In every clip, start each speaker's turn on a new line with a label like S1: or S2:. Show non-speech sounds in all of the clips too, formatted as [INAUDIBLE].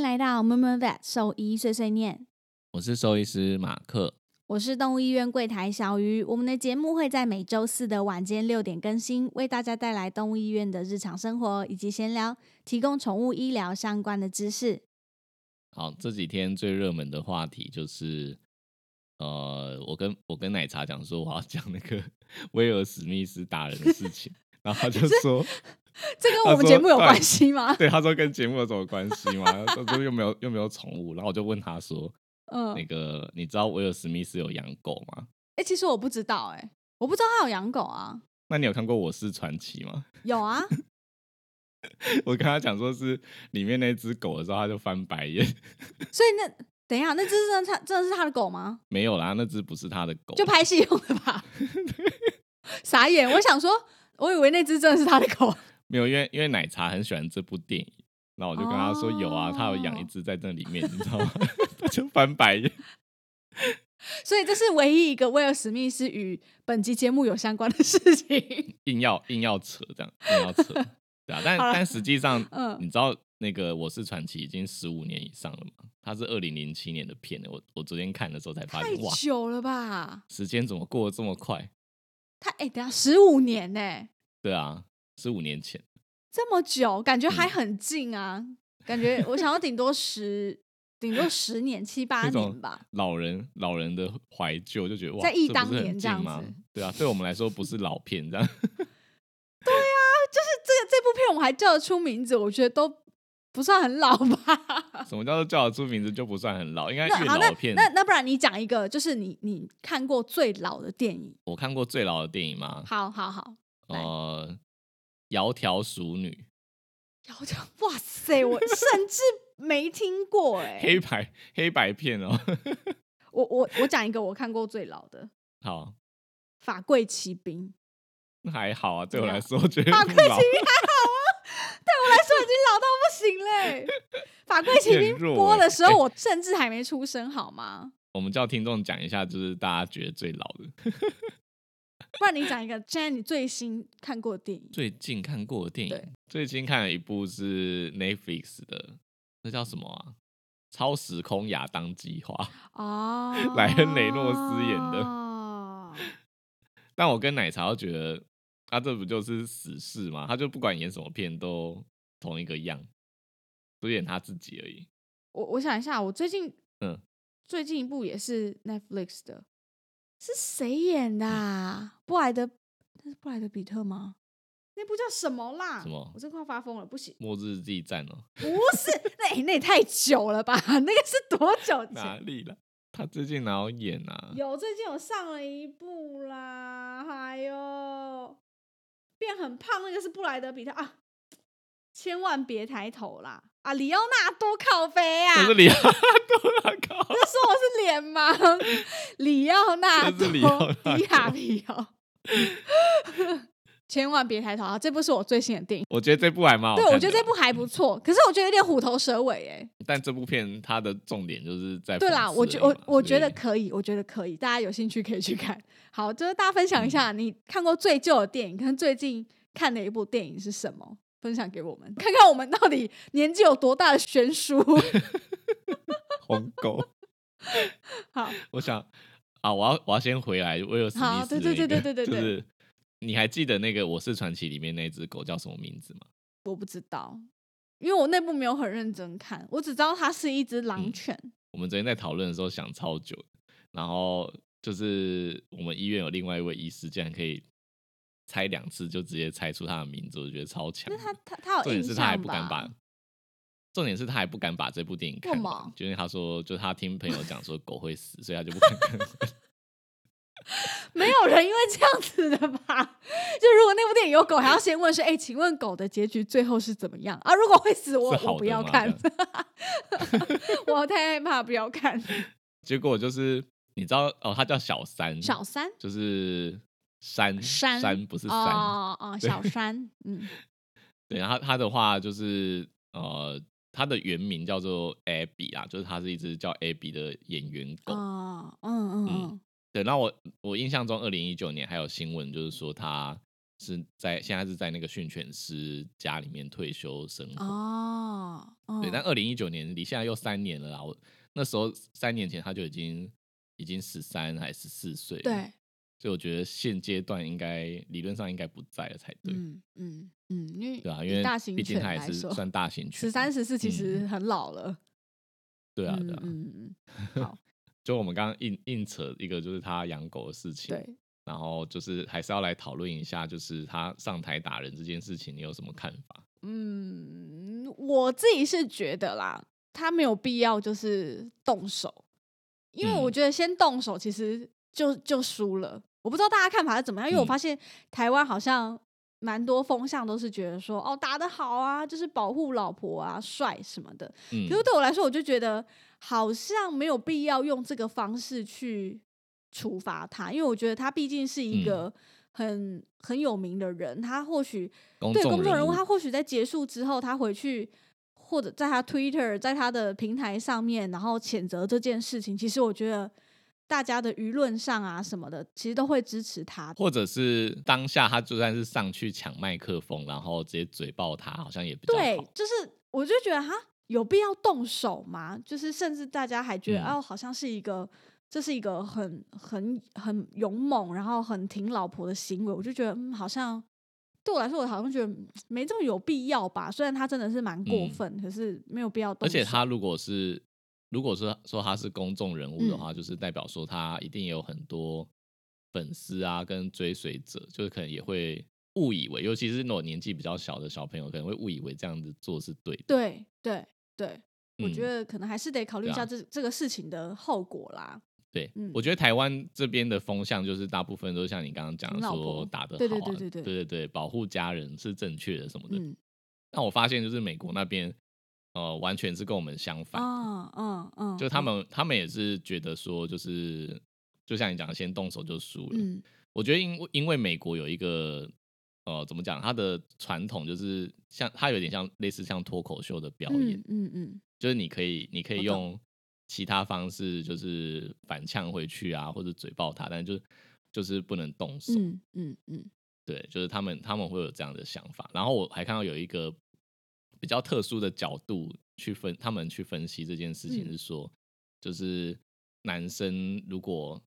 S1: 来到 Murmur Vet 兽医碎碎念，
S2: 我是兽医师马克。
S1: 我是动物医院柜台小鱼。我们的节目会在每周四的晚间六点更新，为大家带来动物医院的日常生活以及闲聊，提供宠物医疗相关的知识。
S2: 好，这几天最热门的话题就是，呃，我跟我跟奶茶讲说我要讲那个 [LAUGHS] 威尔史密斯打人的事
S1: [LAUGHS]
S2: 情，然后他就说，
S1: [LAUGHS] 这跟我
S2: 他
S1: 们
S2: 说
S1: 节目有
S2: 到底
S1: 关系吗？ [LAUGHS]
S2: 对，他说跟节目有什么关系吗？他说又没有又没有宠物，然后我就问他说，
S1: [LAUGHS] 嗯，
S2: 那
S1: 哎、
S2: 个你知道威尔史密斯有养狗吗？
S1: 其实我不知道、哎，我不知道他有养狗啊，
S2: 那你有看过《我是传奇》吗？ [LAUGHS]
S1: 有啊，
S2: 我跟他讲说是里面那只狗的时候，他就翻白眼。 [LAUGHS]
S1: 所以那等一下，那只真的他真的是他的狗吗？
S2: 没有啦，那只不是他的狗，
S1: 就拍戏用的
S2: [LAUGHS]
S1: 吧？ [LAUGHS] 傻眼，我想说，我以为那只真的是他的狗。啊
S2: 没有，因为因为奶茶很喜欢这部电影，然后我就跟他说、有啊，他有养一
S1: 哦
S2: 只在那里面，你知道吗？ [LAUGHS] 他就翻白眼。
S1: 所以这是唯一一个威尔史密斯与本集节目有相关的事情。
S2: 硬要硬要扯这样，硬要扯，对啊，但
S1: [LAUGHS] 好了
S2: 但实际上，
S1: 嗯
S2: 你知道那个《我是传奇》已经十五年以上了嘛？它是二零零七年的片了，我我昨天看的时候才发
S1: 太
S2: 现，哎哇，
S1: 久了吧？
S2: 时间怎么过得这么快？
S1: 他哎、等一下十五年呢、
S2: 对啊，十五年前，
S1: 这么久，感觉
S2: 嗯
S1: 还很近啊。感觉我想要顶多十，顶多十年七八
S2: 那种
S1: 年吧。
S2: 老人老人的怀旧就觉得哇，
S1: 在忆
S2: 这不
S1: 当
S2: 是很
S1: 年这
S2: 近
S1: 样
S2: 吗
S1: 子？
S2: 对啊，对我们来说不是老片这样，
S1: 就是这个这部片我还叫得出名字，我觉得都不算很老吧。
S2: [LAUGHS] 什么叫做叫得出名字就不算很老，应该
S1: 那
S2: 越
S1: 好，
S2: 老
S1: 那
S2: 的片
S1: 那那不然你讲一个，就是你你看过最老的电影。
S2: 我看过最老的电影吗？
S1: 好好好，来
S2: 呃，《窈窕淑女
S1: 然后就哇塞，我甚至没听
S2: [LAUGHS]
S1: 过哎、》
S2: 黑白黑白片哦。 [LAUGHS]
S1: 我我我讲一个我看过最老的《
S2: 好，
S1: 法柜奇兵 [LAUGHS]
S2: 那还好啊，对
S1: 怎
S2: 我
S1: 么
S2: 来
S1: 样
S2: 说，我觉得》，
S1: 法
S2: 不
S1: 柜奇兵还
S2: 老
S1: 好啊，对我来说已经老到不行嘞、法柜奇兵
S2: 很弱欸
S1: 播的时
S2: 哎
S1: 候，我甚至还没出生，好吗？
S2: [LAUGHS] 我们叫听众讲一下，就是大家觉得最老的、
S1: 不然你讲一个现在你最新看过的电影，
S2: 最近看过的电
S1: 对
S2: 影。最近看了一部是 Netflix 的，那叫什么啊？《超时空亚当计划》。
S1: 哦，
S2: 莱恩雷诺斯演的
S1: 哦，
S2: 但我跟奶茶都觉得，他、这不就是死侍吗？他就不管演什么片都同一个样，都演他自己而已。
S1: 我我想一下，我最近
S2: 嗯
S1: 最近一部也是 Netflix 的，是谁演的、啊？布莱德，那是布莱德比特吗？那部叫什么啦？
S2: 什么
S1: 我真快要发疯了，不行，
S2: 末日地战哦，
S1: 不是，那、哎诶那也太久了吧？ [LAUGHS] 那个是多久
S2: 哪
S1: 前？
S2: 里了？ [LAUGHS] 他最近哪有演啊？
S1: 有最近有上了一部啦，还有变很胖那个是布莱德比特啊，千万别抬头啦！啊，里奥纳多靠飞啊，
S2: 这 [LAUGHS] 是里奥纳多拉高，
S1: 说我是脸盲， [LAUGHS] 里奥纳
S2: 这
S1: 多，
S2: 是里奥纳
S1: [LAUGHS]
S2: 多
S1: 迪卡皮奥，千万别抬头啊！这部是我最新的电影，
S2: 我觉得这部还蛮好看
S1: 对
S2: 的
S1: 我觉得这部还不错，可是我觉得有点虎头蛇尾哎、
S2: 但这部片它的重点就是在
S1: 对啦，
S2: 讽刺
S1: 我觉
S2: 而已嘛
S1: 我我
S2: 所
S1: 觉
S2: 以 [LAUGHS]
S1: 得可以，我觉得可以，大家有兴趣可以去看。好，就是大家分享一下
S2: 嗯
S1: 你看过最旧的电影跟最近看的一部电影是什么，分享给我们，看看我们到底年纪有多大的悬殊。 [LAUGHS]
S2: 红狗，
S1: 好，
S2: 我想啊，我要我要先回来威尔史密
S1: 好
S2: 斯的那
S1: 对
S2: 个、
S1: 对对对对对对
S2: 就是你还记得那个《我是传奇》里面那只狗叫什么名字吗？
S1: 我不知道，因为我那部没有很认真看，我只知道它是一只狼
S2: 嗯
S1: 犬。
S2: 我们昨天在讨论的时候想超久，然后就是我们医院有另外一位医师，竟然可以猜两次就直接猜出他的名字，我觉得超强
S1: 那
S2: 的。
S1: 他他他有
S2: 重
S1: 印象
S2: 点是
S1: 吧？
S2: 他还不敢把，重点是他还不敢把这部电影
S1: 为
S2: 看
S1: 什
S2: 完
S1: 么，
S2: 就是因为他说，就他听朋友讲说狗会死，所以他就不敢看完。
S1: 没有人因为这样子的吧？ [LAUGHS] 就如果那部电影有狗，还要先问说：“哎、请问狗的结局最后是怎么样啊？”如果会死我，
S2: 是好的
S1: 我不要
S2: 吗
S1: 看， [LAUGHS] 我太害怕，不要看。
S2: [LAUGHS] 结果就是你知道哦，他叫小三，
S1: 小三
S2: 就是山
S1: 山
S2: 不是山，
S1: 哦哦，
S2: 对
S1: 小山，嗯，
S2: 对，然后它的话就是呃，它的原名叫做 Abby 啊，就是它是一只叫 Abby 的演员狗。
S1: 哦，嗯嗯
S2: 嗯
S1: 嗯，
S2: 对，那我我印象中，二零一九年还有新闻，就是说它是在现在是在那个训犬师家里面退休生活。
S1: 哦，
S2: 嗯对，
S1: 嗯
S2: 但二零一九年离现在又三年了啦。我那时候三年前他就已经已经十三还是四岁，，
S1: 对，
S2: 所以我觉得现阶段应该理论上应该不在了才对，
S1: 嗯嗯嗯，因为
S2: 对啊，
S1: 以
S2: 因为
S1: 大型
S2: 毕竟
S1: 犬
S2: 他也
S1: 来
S2: 是
S1: 说，
S2: 算大型犬，
S1: 十三十四其实很老了。
S2: 对啊，
S1: 嗯
S2: 对啊。
S1: 嗯嗯，好，
S2: 就我们刚刚硬硬扯一个就是他养狗的事情，
S1: 对，
S2: 然后就是还是要来讨论一下，就是他上台打人这件事情，你有什么看法？
S1: 嗯，我自己是觉得啦，他没有必要就是动手，因为我
S2: 嗯
S1: 觉得先动手其实就就输了。我不知道大家看法是怎么样，因为我
S2: 嗯
S1: 发现台湾好像蛮多风向都是觉得说，哦，打得好啊，就是保护老婆啊，帅什么的。
S2: 嗯
S1: 可，是对我来说，我就觉得好像没有必要用这个方式去处罚他，因为我觉得他毕竟是一
S2: 嗯
S1: 个很、很有名的人，他或许
S2: 公
S1: 对
S2: 众
S1: 公众人
S2: 人
S1: 物，他或许在结束之后，他回去或者在他 Twitter 在他的平台上面，然后谴责这件事情。其实我觉得大家的舆论上啊什么的，其实都会支持他。
S2: 或者是当下他就算是上去抢麦克风，然后直接嘴爆他，好像也比较
S1: 对
S2: 好。，
S1: 就是我就觉得哈，有必要动手吗？就是甚至大家还觉得、
S2: 嗯
S1: 哦，好像是一个。这是一个很很很勇猛，然后很挺老婆的行为，我就觉得，嗯，好像对我来说，我好像觉得嗯没这么有必要吧。虽然他真的是蛮过
S2: 嗯
S1: 分，可是没有必要动
S2: 而
S1: 手。
S2: 且他如果是如果说说他是公众人物的
S1: 嗯
S2: 话，就是代表说他一定有很多粉丝啊跟追随者，就是可能也会误以为，尤其是那种年纪比较小的小朋友，可能会误以为这样子做是对的。
S1: 对对对，我觉
S2: 嗯
S1: 得可能还是得考虑一
S2: 对
S1: 下
S2: 啊
S1: 这、这个事情的后果啦。
S2: 对，
S1: 嗯
S2: 我觉得台湾这边的风向就是大部分都像你刚刚讲
S1: 挺
S2: 的
S1: 老
S2: 说
S1: 婆
S2: 打得好、啊，
S1: 对对对对对
S2: 对对对保护家人是正确的什么的。
S1: 嗯
S2: 但我发现就是美国那边，呃，完全是跟我们相反，
S1: 啊嗯嗯，
S2: 就他
S1: 嗯
S2: 们、他们也是觉得说，就是就像你讲的，先动手就输了。
S1: 嗯
S2: 我觉得因为因为美国有一个呃，怎么讲，它的传统就是像它有点像类似像脱口秀的表演，
S1: 嗯嗯嗯
S2: 就是你可以你可以
S1: 我懂
S2: 用其他方式，就是反呛回去啊，或者嘴爆他，但就就是不能动手。
S1: 嗯嗯嗯
S2: 对，就是他们他们会有这样的想法。然后我还看到有一个比较特殊的角度去分，他们去分析这件事情
S1: 嗯
S2: 是说，就是男生如果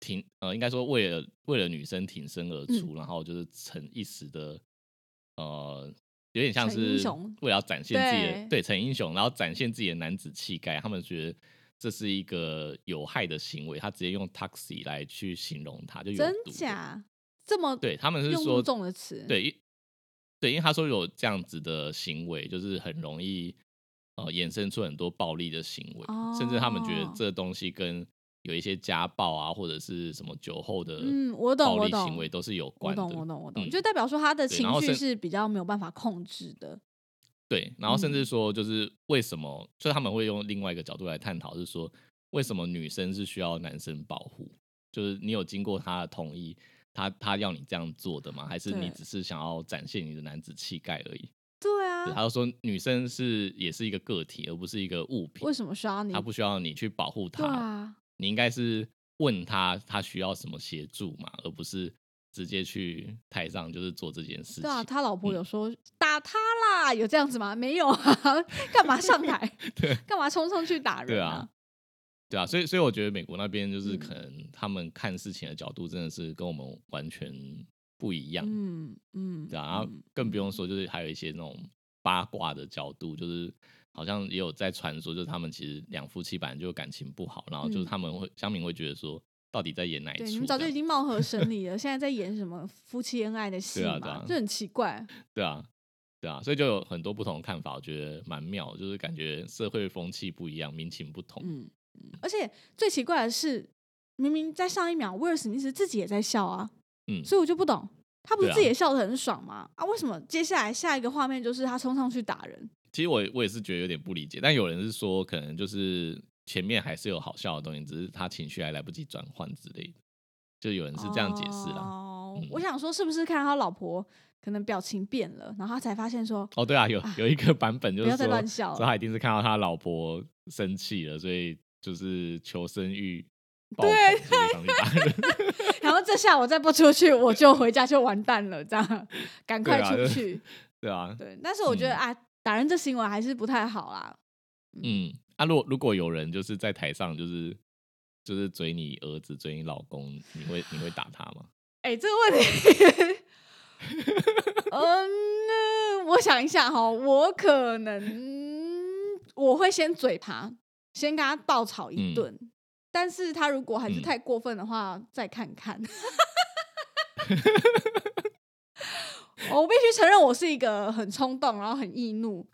S2: 挺呃，应该说为了为了女生挺身而
S1: 嗯
S2: 出，然后就是逞一时的呃。有点像
S1: 逞英
S2: 是
S1: 雄
S2: 为了要展现自己的
S1: 对
S2: 对逞英雄，然后展现自己的男子气概，他们觉得这是一个有害的行为，他直接用 taxi 来去形容他，就有
S1: 真
S2: 毒的
S1: 假这么
S2: 对他们是
S1: 用
S2: 说
S1: 入重的词，
S2: 对，因对，因为他说有这样子的行为，就是很容易呃衍生出很多暴力的行为，甚至他们觉得
S1: 哦
S2: 这东西跟有一些家暴啊，或者是什么酒后的
S1: 嗯我懂
S2: 暴
S1: 我
S2: 力行
S1: 懂
S2: 为都是有
S1: 我
S2: 关的。
S1: 懂我懂我懂，
S2: 嗯
S1: 就代表说他的
S2: 对
S1: 情
S2: 然后
S1: 绪
S2: 甚
S1: 是比较没有办法控制的。
S2: 对，然后甚至
S1: 嗯
S2: 说就是为什么，所以他们会用另外一个角度来探讨，是说为什么女生是需要男生保护？就是你有经过他的同意，他他要你这样做的吗？还是你
S1: 对
S2: 只是想要展现你的男子气概而已？
S1: 对
S2: 对
S1: 啊，
S2: 他就说女生是也是一个个体，而不是一个物品
S1: 为，什么需要你
S2: 她？不需要你去保护
S1: 对
S2: 她，
S1: 啊，
S2: 你应该是问她她需要什么协助嘛，而不是直接去台上就是做这件事情。
S1: 对啊，他老
S2: 嗯
S1: 婆有说、打他啦，有这样子吗？没有啊，干嘛上台？
S2: [LAUGHS]
S1: 干嘛冲上去打人
S2: 对啊，对啊，所以所以我觉得美国那边就是
S1: 嗯
S2: 可能他们看事情的角度真的是跟我们完全不一样，
S1: 嗯嗯，
S2: 对啊，然后
S1: 嗯
S2: 更不用说就是还有一些那种八卦的角度，就是好像也有在传说，就是他们其实两夫妻本来就感情不好，然后就
S1: 嗯
S2: 是他们会乡民会觉得说到底在演哪一出
S1: 对，
S2: 这样？
S1: 你们早就已经貌合神
S2: [LAUGHS]
S1: 离了，现在在演什么夫妻恩爱的戏
S2: 对
S1: 嘛，
S2: 啊对啊
S1: 就很奇怪。
S2: 对啊，对啊，所以就有很多不同的看法，我觉得蛮妙的，就是感觉社会风气不一样，民情不同。
S1: 嗯，而且最奇怪的是，明明在上一秒威尔史密斯自己也在笑啊，
S2: 嗯
S1: 所以我就不懂，他不是
S2: 对啊
S1: 自己也笑得很爽吗？啊为什么接下来下一个画面就是他冲上去打人？
S2: 其实我我也是觉得有点不理解，但有人是说可能就是前面还是有好笑的东西，只是他情绪还来不及转换之类的，就有人是这样解释啦。哦
S1: 哦
S2: 嗯
S1: 我想说，是不是看他老婆可能表情变了，然后他才发现说，
S2: 对啊，有
S1: 啊
S2: 有一个版
S1: [LAUGHS]
S2: 本就
S1: 不
S2: 是
S1: 要再
S2: 说，
S1: 乱笑了
S2: 说他一定是看到他老婆
S1: [LAUGHS]
S2: 生气了，所以就是求生欲爆
S1: 对
S2: 棚，所以上去打人。
S1: 然后这下我再不出去，我就回家就完蛋了，这样 [LAUGHS] 赶快
S2: 对啊
S1: 出
S2: 对
S1: 去。
S2: [LAUGHS] 对啊，
S1: 对，但是我觉得、
S2: 嗯
S1: 啊，打人这行为还是不太好啦。
S2: 嗯，啊，如果如果有人就是在台上就是就是追你儿子、追你老公，你会你会打他吗？
S1: 哎、这个问题， [LAUGHS] 嗯，那我想一下哈，我可能我会先嘴他，先跟他爆吵一
S2: 嗯
S1: 顿。但是他如果还是
S2: 嗯
S1: 太过分的话，再看看。 [LAUGHS] 我必须承认，我是一个很冲动，然后很易怒，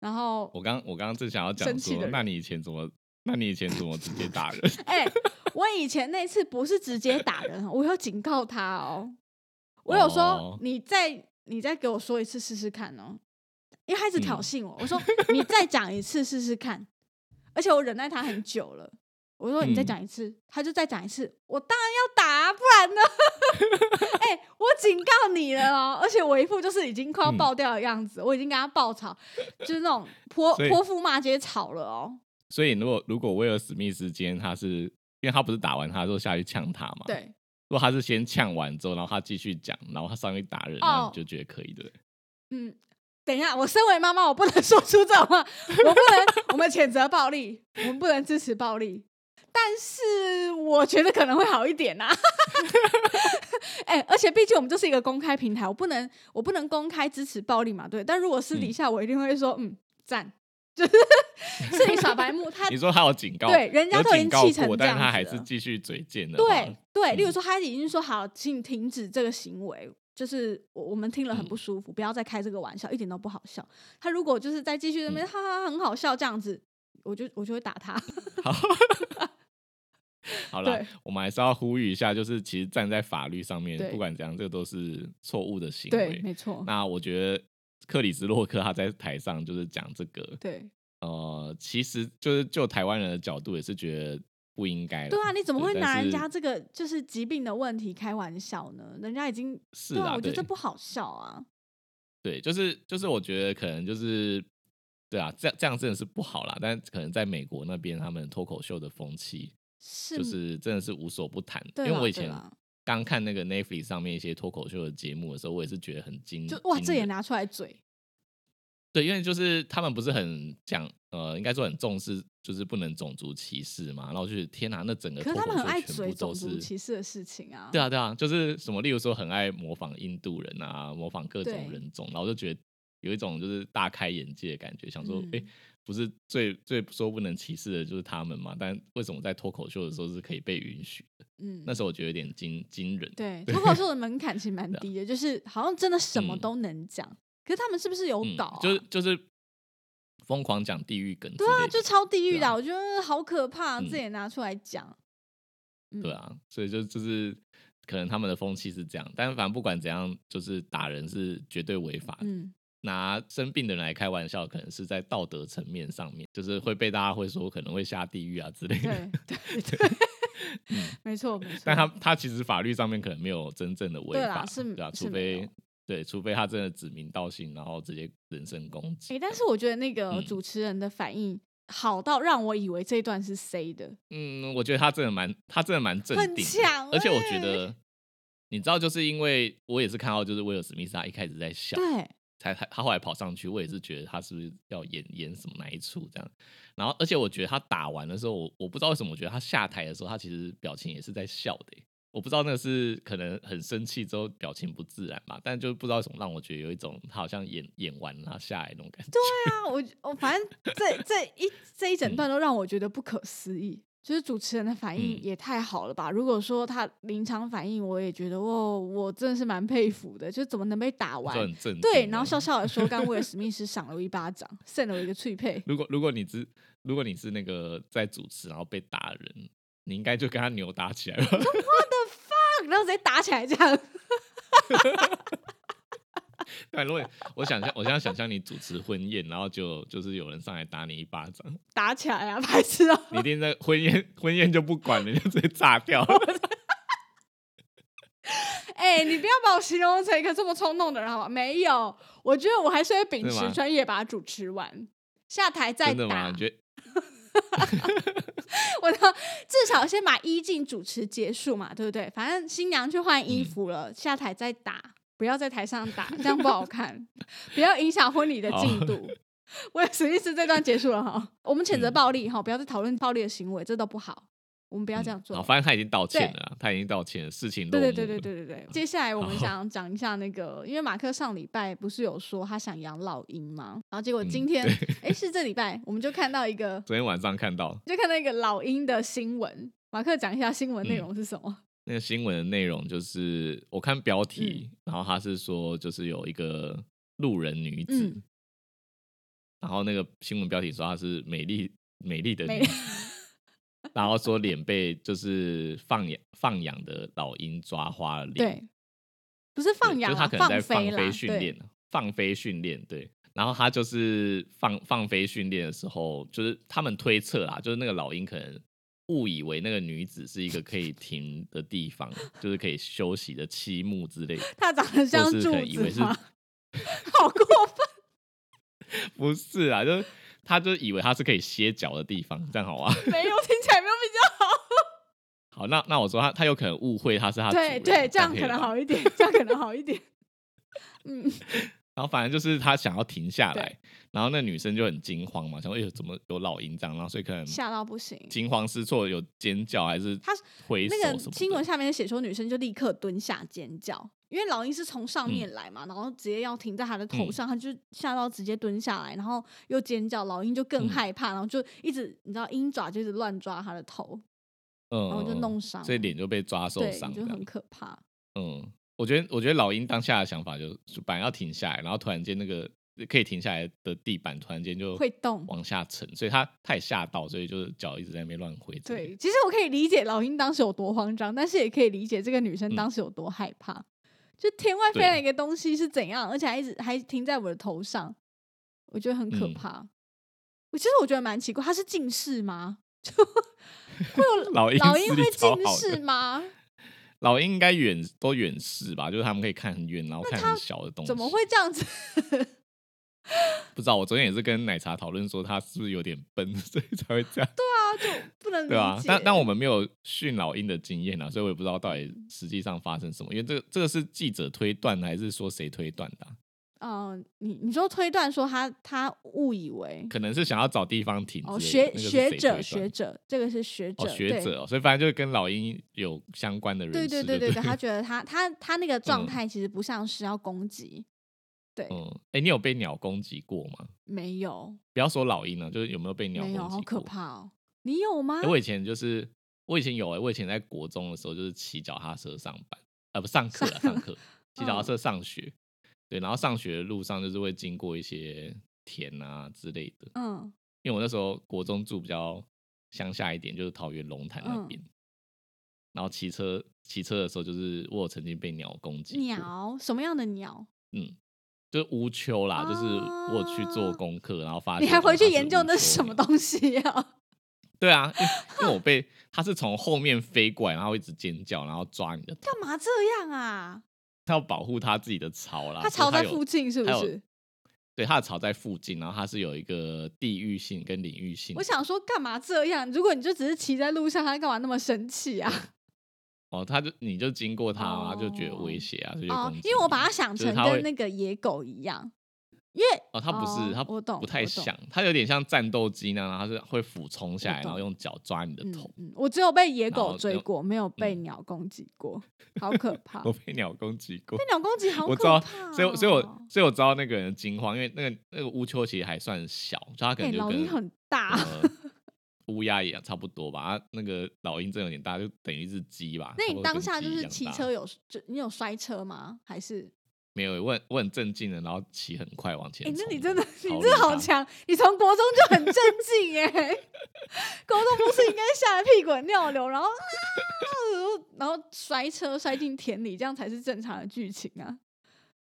S1: 然后
S2: 我刚我刚刚正想要
S1: 生
S2: 讲
S1: 气的
S2: 说，
S1: 人
S2: 那你以前怎么？那你以前怎么直接打人？ [LAUGHS]
S1: 哎、我以前那次不是直接打人，哦我有警告他哦，我有说、
S2: 哦
S1: 你再你再给我说一次试试看哦，因为他一直挑
S2: 嗯
S1: 衅我，我说你再讲一次试试看，而且我忍耐他很久了，我说你再
S2: 嗯
S1: 讲一次，他就再讲一次，我当然要打、啊，不然呢？ [LAUGHS] 哎、我警告你了哦，而且我一副就是已经快要
S2: 嗯
S1: 爆掉的样子，我已经跟他爆吵，就是那种泼
S2: 所以
S1: 泼妇骂街吵了哦，
S2: 所以如果如果威尔史密斯今天他是，因为他不是打完他之后下去呛他嘛？。
S1: 对。
S2: 如果他是先呛完之后，然后他继续讲，然后他上去打人，然后
S1: 哦
S2: 你就觉得可以的。
S1: 嗯，等一下，我身为妈妈，我不能说出这种话，我不能，我们谴责暴力，我们不能支持暴力。但是我觉得可能会好一点呐、啊， [LAUGHS] 哎、而且毕竟我们就是一个公开平台，我不能，我不能公开支持暴力嘛，对。但如果私底下，我一定会说，嗯，赞， [LAUGHS] 就是是你耍白目，他
S2: 你说他有警告，
S1: 对人家
S2: 有
S1: 都已经
S2: 警告
S1: 气成
S2: 过，
S1: 这
S2: 但
S1: 样
S2: 是
S1: 子
S2: 他还是
S1: 了
S2: 继续嘴贱的话。
S1: 对对，例如
S2: 嗯
S1: 说他已经说好，请你停止这个行为，就是我我们听了很
S2: 嗯
S1: 不舒服，不要再开这个玩笑，一点都不好笑。他如果就是再继续在那
S2: 嗯
S1: 边哈哈哈很好笑这样子，我就我就会打他。
S2: 好了
S1: 对，
S2: 我们还是要呼吁一下，就是其实站在法律上面
S1: 对，
S2: 不管怎样，这个都是错误
S1: [LAUGHS]
S2: 的行
S1: 对，
S2: 为。
S1: 没错，
S2: 那我觉得克里斯洛克他在台上就是讲这个，
S1: 对
S2: 呃，其实就是就台湾人的角度也是觉得不应该啦。
S1: 对啊，你怎么会
S2: 对
S1: 拿
S2: 但
S1: 人
S2: 是
S1: 家这个就是疾病的问题开玩笑呢？人家已经
S2: 是
S1: 对
S2: 啦
S1: 啊，我觉得
S2: 对
S1: 这不好笑啊。
S2: 对，就是就是，我觉得可能就是，对啊，这样这样真的是不好啦。但可能在美国那边，他们脱口秀的风气
S1: 是
S2: 就是真的是无所不谈。因
S1: 对
S2: 为
S1: 啦
S2: 我以
S1: 对
S2: 前
S1: 啦
S2: 刚看那个 Netflix 上面一些脱口秀的节目的时候，我也是觉得很惊，
S1: 就哇，
S2: 惊
S1: 这也
S2: 人
S1: 拿出来嘴，
S2: 对，因为就是他们不是很讲，呃，应该说很重视，就是不能种族歧视嘛。然后就是天啊哪，那整个
S1: 可
S2: 脱
S1: 是他
S2: 口
S1: 们很爱
S2: 秀全
S1: 嘴
S2: 部
S1: 种
S2: 都
S1: 族
S2: 是
S1: 歧视的事情啊。
S2: 对啊，对啊，就是什么，例如说很爱模仿印度人啊，模仿各种
S1: 对
S2: 人种，然后就觉得有一种就是大开眼界的感觉，想说，哎、
S1: 嗯
S2: 不是最最说不能歧视的就是他们嘛？但为什么在脱口秀的时候是可以被允许的？
S1: 嗯，
S2: 那时候我觉得有点惊惊人。 [LAUGHS]
S1: 对，脱口秀的门槛其实蛮
S2: 对啊
S1: 低的，就是好像真的什么
S2: 嗯
S1: 都能讲。可是他们是不是有搞、啊
S2: 就是就是疯狂讲地狱梗之类的，
S1: 对啊，就超地狱
S2: 对
S1: 的啊、
S2: 啊
S1: 我觉得好可怕，
S2: 嗯
S1: 自己也拿出来讲。嗯
S2: 对，啊，所以就就是可能他们的风气是这样，但反正不管怎样，就是打人是绝对违法的。
S1: 嗯，
S2: 拿生病的人来开玩笑，可能是在道德层面上面，就是会被大家会说可能会下地狱啊之类的。
S1: 对对 [LAUGHS] 对，
S2: [LAUGHS]
S1: 没错没错。
S2: 嗯但他他其实法律上面可能没有真正的违
S1: 对
S2: 法，
S1: 啦是
S2: 对啊，
S1: 是
S2: 除
S1: 没有
S2: 非对，除非他真的指名道姓，然后直接人身攻
S1: 哎、
S2: 击。
S1: 但是我觉得那个
S2: 嗯
S1: 主持人的反应好到让我以为这一段是 C 的，
S2: 嗯，我觉得他真的蛮，他真的蛮镇
S1: 很
S2: 定的，
S1: 强
S2: 而且我
S1: 欸
S2: 觉得，你知道，就是因为我也是看到，就是威尔史密斯他一开始在笑，
S1: 对，
S2: 才他他后来跑上去，我也是觉得他是不是要演演什么哪一出这样。然后，而且我觉得他打完的时候，我我不知道为什么，我觉得他下台的时候，他其实表情也是在笑的欸、我不知道那是可能很生气之后表情不自然吧，但就不知道为什么让我觉得有一种他好像演演完了他下来那种感觉。
S1: 对啊，我我反正这这一这一整段都让我觉得不可思议，就是主持人的反应
S2: 嗯
S1: 也太好了吧！如果说他临场反应，我也觉得哦，我真的是蛮佩服的，就怎么能被打
S2: 就
S1: 完？
S2: 很啊震
S1: 对，然后笑笑的说，刚威尔史密斯赏了我一巴掌，扇了我一个脆配。
S2: 如果如果你是如果你是那个在主持然后被打的人，你应该就跟他扭打起来吧？
S1: [LAUGHS]
S2: [LAUGHS]
S1: 然后直接打起来这样。
S2: 对，如果我想象，我现在想象你主持婚宴，然后就就是有人上来打你一巴掌，
S1: 打起来啊，白痴 [LAUGHS] 哦、
S2: 你一定在婚宴婚宴就不管了，你就直接炸
S1: [LAUGHS]
S2: 掉了。
S1: 哎、你不要把我形容成一个这么冲动的人好吗？没有，我觉得我还是会秉
S2: 真的
S1: 持
S2: 吗
S1: 专业把它主持完，下台再
S2: 真的吗？
S1: 打
S2: 你。觉得
S1: 我我呢，至少先把一进主持结束嘛，对不对？反正新娘去换
S2: 嗯
S1: 衣服了，下台再打，不要在台上打，这样不好看， [LAUGHS] 不要影响婚礼的进
S2: 哦
S1: 度。 [LAUGHS] 我也审议是这段结束了哈，我们谴责
S2: 嗯
S1: 暴力哈，不要再讨论暴力的行为，这都不好，我们不要这样做。
S2: 嗯好，哦反正他已经道歉
S1: 对
S2: 了啊，他已经道歉了，事情落
S1: 对对
S2: 幕
S1: 对对
S2: 了，
S1: 对对对。接下来我们
S2: 好
S1: 想讲一下那个，因为马克上礼拜不是有说他想养老鹰吗？然后结果
S2: 嗯
S1: 今天，哎、
S2: 对
S1: 是这礼拜我们就看到一个，
S2: 昨天晚上看到
S1: 就看到一个老鹰的新闻。马克讲一下新闻内
S2: 嗯
S1: 容是什么？
S2: 那个新闻的内容，就是我看标题，
S1: 嗯
S2: 然后他是说就是有一个路人女子，
S1: 嗯
S2: 然后那个新闻标题说她是美丽美丽的
S1: 美
S2: 女
S1: [LAUGHS]
S2: 子，然后说脸被就是放养放养的老鹰抓花了脸，
S1: 对，不是放
S2: 对
S1: 羊
S2: 就是他
S1: 啊，
S2: 可能在
S1: 飞啦，
S2: 飞训
S1: 对
S2: 练，放飞训练，对。然后他就是放放飞训练的时候，就是他们推测啦，就是那个老鹰可能误以为那个女子是一个可以停的地方，就是可以休息的栖木之类的，
S1: 它长得像
S2: 或
S1: 柱
S2: 是可能以为
S1: 子
S2: 是
S1: 吗？ [LAUGHS] 好过分！
S2: 不是啊？就是他就以为它是可以歇脚的地方，这样好啊？
S1: 没有听起来没有比较好。
S2: [LAUGHS] 好，那那我说他他有可能误会他是他
S1: 对对，这样可能。
S2: 以
S1: 好
S2: 吧
S1: 一点，这样可能好一
S2: [LAUGHS]
S1: 点。嗯，
S2: 然后反正就是他想要停下
S1: 对
S2: 来，然后那女生就很惊慌嘛，想说哎呦怎么有老鹰这样，然后所以可能
S1: 吓到不行。
S2: 惊慌失措，有尖叫还是
S1: 他
S2: 挥手
S1: 那个
S2: 什么的
S1: 新闻下面写说，女生就立刻蹲下尖叫，因为老鹰是从
S2: 嗯
S1: 上面来嘛，然后直接要停在她的头上，她、就吓到直接蹲下来，然后又尖叫，老鹰就更
S2: 嗯
S1: 害怕，然后就一直你知道鹰爪就一直乱抓她的头，
S2: 嗯，
S1: 然后就
S2: 嗯嗯
S1: 弄伤了，
S2: 所以脸就被抓受
S1: 对，
S2: 伤这
S1: 就很
S2: 样。
S1: 可怕。
S2: 嗯，我觉得我觉得老鹰当下的想法就是，就本来要停下来，然后突然间那个可以停下来的地板突然间就
S1: 会动
S2: 往下沉，所以他他也吓到，所以就是脚一直在那边乱挥之类的。
S1: 对，其实我可以理解老鹰当时有多慌张，但是也可以理解这个女生
S2: 嗯
S1: 当时有多害怕。就天外飞
S2: 对
S1: 来一个东西是怎样，而且还一直还停在我的头上，我觉得很可
S2: 嗯
S1: 怕。我其实我觉得蛮奇怪，它是近视吗？就会有
S2: [LAUGHS] 老鹰
S1: 老
S2: 视
S1: 鹰
S2: 力
S1: 会
S2: 超
S1: 近
S2: 好的
S1: 视吗？
S2: 老鹰应该远都远视吧，就是他们可以看很远，然后看很小的东西。
S1: 怎么会这样子？ [LAUGHS]
S2: 不知道？我昨天也是跟奶茶讨论说，他是不是有点笨， [LAUGHS] 所以才会这样。
S1: 不能理
S2: 对啊，
S1: 解。
S2: 但但我们没有训老鹰的经验啊，所以我也不知道到底实际上发生什么。因为这个这个是记者推断的还是说谁推断的啊、
S1: 嗯、你你说推断说他他误以为
S2: 可能是想要找地方停之类的。
S1: 哦学
S2: 那个是谁
S1: 学
S2: 推
S1: 者
S2: 断
S1: 学者，这个是学者、
S2: 哦学
S1: 对
S2: 者哦，所以反正就是跟老鹰有相关的人
S1: 对
S2: 士，
S1: 对对
S2: 对
S1: 对
S2: 不
S1: 对，
S2: [LAUGHS]
S1: 他觉得他他他那个状
S2: 嗯
S1: 态其实不像是要攻击，对，
S2: 嗯，哎、你有被鸟攻击过吗？
S1: 没有
S2: 不要说老鹰了，就是有没有被鸟攻
S1: 没
S2: 击
S1: 有，
S2: 过？
S1: 好可怕哦！你有吗
S2: 诶！？我以前就是，我以前有哎、我以前在国中的时候就是骑脚踏车上班，呃，不上课了，上
S1: [LAUGHS]
S2: 课，骑
S1: 嗯
S2: 脚踏车上学。对，然后上学的路上就是会经过一些田啊之类的，
S1: 嗯
S2: 因为我那时候国中住比较乡下一点，就是桃园龙潭那
S1: 嗯
S2: 边。然后骑车骑车的时候，就是我有曾经被鸟攻击过，嗯
S1: 鸟什么样的鸟？
S2: 就是乌秋啦，就是我有去做
S1: 啊
S2: 功课，然后发
S1: 你
S2: 现
S1: 还
S2: 哦
S1: 回
S2: 它
S1: 去
S2: 是
S1: 研究
S2: 乌
S1: 那
S2: 秋
S1: 是什
S2: 鸟
S1: 么东西呀、
S2: 对啊，因为因为我被它是从后面飞过来，然后一直尖叫，然后抓你的头，
S1: [LAUGHS] 干嘛这样啊？
S2: 它要保护它自己的巢啦。
S1: 它
S2: 就是
S1: 巢在
S2: 有
S1: 附近是不
S2: 啊它有
S1: 是？
S2: 对，它的巢在附近，然后它是有一个地域性跟领域性的。
S1: 我想说干嘛这样？如果你就只是骑在路上，它干嘛那么生气啊？
S2: 哦，它就你就经过它啊，就觉得
S1: 哦
S2: 威胁啊，就觉得
S1: 哦
S2: 攻，击
S1: 因为我
S2: 你
S1: 把它想
S2: 就是
S1: 成
S2: 它会
S1: 跟那个野狗一样，因为
S2: 哦，它不
S1: 哦
S2: 是，它
S1: 我懂
S2: 不太
S1: 我懂
S2: 像，它有点像战斗机那样，然后它是会俯冲下
S1: 我
S2: 来，然后
S1: 懂
S2: 用脚抓你的
S1: 嗯
S2: 头。
S1: 嗯，我只有被野
S2: 然
S1: 狗
S2: 后
S1: 追
S2: 就嗯
S1: 过，没有被鸟攻击
S2: [LAUGHS]
S1: 过，好可怕！
S2: 我
S1: 被
S2: 被鸟攻击
S1: [LAUGHS]
S2: 过，
S1: 鸟攻击好
S2: 我
S1: 可
S2: 知道
S1: 怕哦、
S2: 所以所以我所以我知道那个人的惊慌，因为那个那个乌秋其实还算小，就它可
S1: 哎、
S2: 能就
S1: 老
S2: 跟
S1: 鹰很大， [LAUGHS]
S2: 呃乌鸦也差不多吧，啊那个老鹰真的有点大，就等于一只鸡吧。
S1: 那
S2: 啊
S1: 你
S2: 差不多
S1: 当
S2: 跟
S1: 下就
S2: 鸡一
S1: 是
S2: 样
S1: 骑
S2: 大
S1: 车有就你有摔车吗？还是
S2: 没有？我很我很镇静的，然后骑很快往前
S1: 哎、
S2: 冲。
S1: 那你真的你真
S2: 超
S1: 的
S2: 厉
S1: 好
S2: 害！
S1: 强，你从国中就很镇静哎，国中不是应该吓得屁滚尿流，然后啊，然后摔车摔进田里，这样才是正常的剧情啊！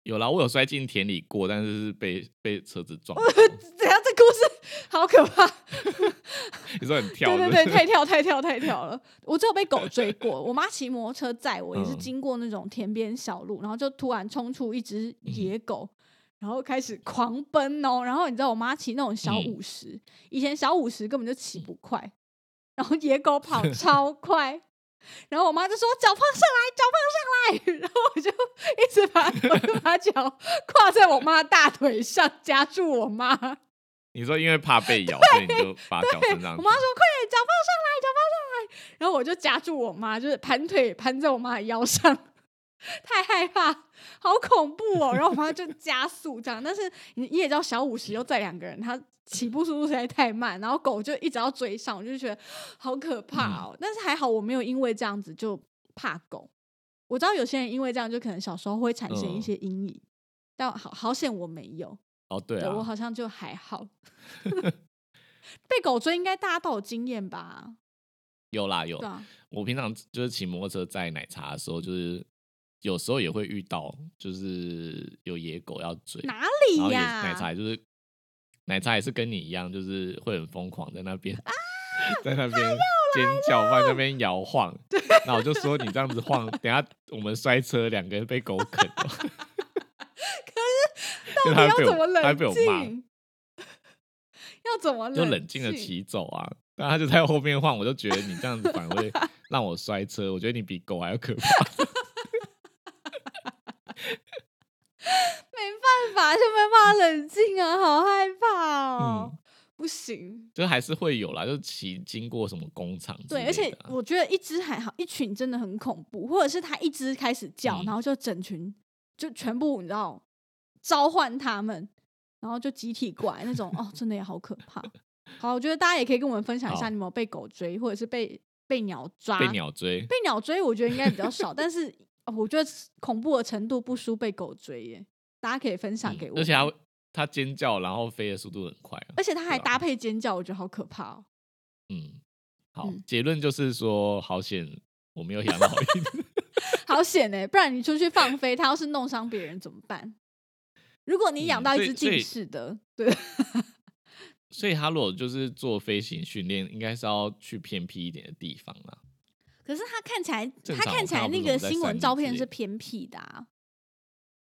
S2: 有啦，我有摔进田里过，但是是被被车子
S1: [LAUGHS]
S2: 撞到。
S1: 怎样？这故事好可怕。
S2: 你说很跳，
S1: 对对
S2: 是不 [LAUGHS]
S1: 对，
S2: 是
S1: 太跳太跳太跳了！我只有被狗追过，我妈骑摩托车载我，也是
S2: 嗯
S1: 经过那种田边小路，然后就突然冲出一只
S2: 嗯
S1: 野狗，然后开始狂奔哦。然后你知道我妈骑那种小
S2: 嗯
S1: 五十、以前小五十根本就骑不快，然后野狗
S2: [LAUGHS]
S1: 跑超快，然后我妈就说脚放上来，脚放上来， [LAUGHS] 然后我就一直把 [LAUGHS] 我就把脚跨在我妈大腿上夹住我妈，我
S2: 你说因为怕被
S1: [LAUGHS]
S2: 咬，所以你就把脚伸上去。
S1: 妈说快点脚放上来，脚放上来，然后我就夹住我妈，就是盘腿盘在我妈的腰上。 [LAUGHS] 太害怕，好恐怖哦！然后我妈就加速这样，但是你你也知道，小五十又载两个人，她起步速度实在太慢，然后狗就一直要追上，我就觉得好可怕哦。但是还好我没有因为这样子就怕狗。我知道有些人因为这样就可能小时候会产生一
S2: 嗯
S1: 些阴影，但好好险我没有，
S2: 哦，对
S1: 对我
S2: 啊，
S1: 好像就还好。 [LAUGHS] 被狗追应该大家都有经验吧？
S2: 有啦有
S1: 对。啊，
S2: 我平常就是骑摩托车载奶茶的时候，就是有时候也会遇到，就是有野狗要追，然
S1: 哪
S2: 后
S1: 里
S2: 也
S1: 呀、
S2: 奶茶就是奶茶也是跟你一样，就是会很疯狂在那边、
S1: 啊
S2: 在那边尖叫，在那边摇晃。那我就说你这样子晃，等下我们摔车，两个人被狗啃
S1: [LAUGHS]
S2: 了。可是
S1: 你要
S2: 被
S1: 怎么
S2: 我，他还
S1: 冷
S2: 被我骂，
S1: 静？ [LAUGHS] 要怎么
S2: 就冷
S1: 冷
S2: 静的？骑走啊。但他就在后面晃，我就觉得你这样子反
S1: [LAUGHS]
S2: 而会让我摔车，我觉得你比狗还要可怕。
S1: 没办法，就没办法冷静啊，好害怕哦，
S2: 嗯
S1: 不行。
S2: 就还是会有啦，就骑经过什么工厂之
S1: 对，
S2: 类
S1: 而且
S2: 的啊
S1: 我觉得一只还好，一群真的很恐怖，或者是它一只开始叫，
S2: 嗯
S1: 然后就整群就全部你知道召唤它们，然后就集体过来那种，哦，真的也好可怕。好，我觉得大家也可以跟我们分享一下，
S2: 好
S1: 你有没有被狗追，或者是被被鸟抓？
S2: 被鸟追，
S1: 被鸟追，我觉得应该比较少，但是哦我觉得恐怖的程度不输被狗追耶。大家可以分享
S2: 嗯
S1: 给我们、
S2: 而且它会它尖叫，然后飞的速度很快啊、
S1: 而且它还
S2: 对啊
S1: 搭配尖叫，我觉得好可怕哦。
S2: 嗯，好，
S1: 嗯
S2: 结论就是说，好险我没有养到好一点。
S1: 好险哎，不然你出去放飞，它要是弄伤别人怎么办？如果你养
S2: 嗯
S1: 到一
S2: 所以
S1: 只
S2: 所
S1: 近
S2: 以
S1: 视的，对，
S2: [LAUGHS]
S1: [LAUGHS]
S2: 所以它如果就是做飞行训练，应该是要去偏僻一点的地方啦。
S1: 可是它看起来，
S2: 正
S1: 它
S2: 常
S1: 看起来
S2: 我看到不
S1: 那个
S2: 是我们在
S1: 新闻
S2: 山
S1: 照
S2: 里之
S1: 片
S2: 类
S1: 是
S2: 的
S1: 偏僻的啊，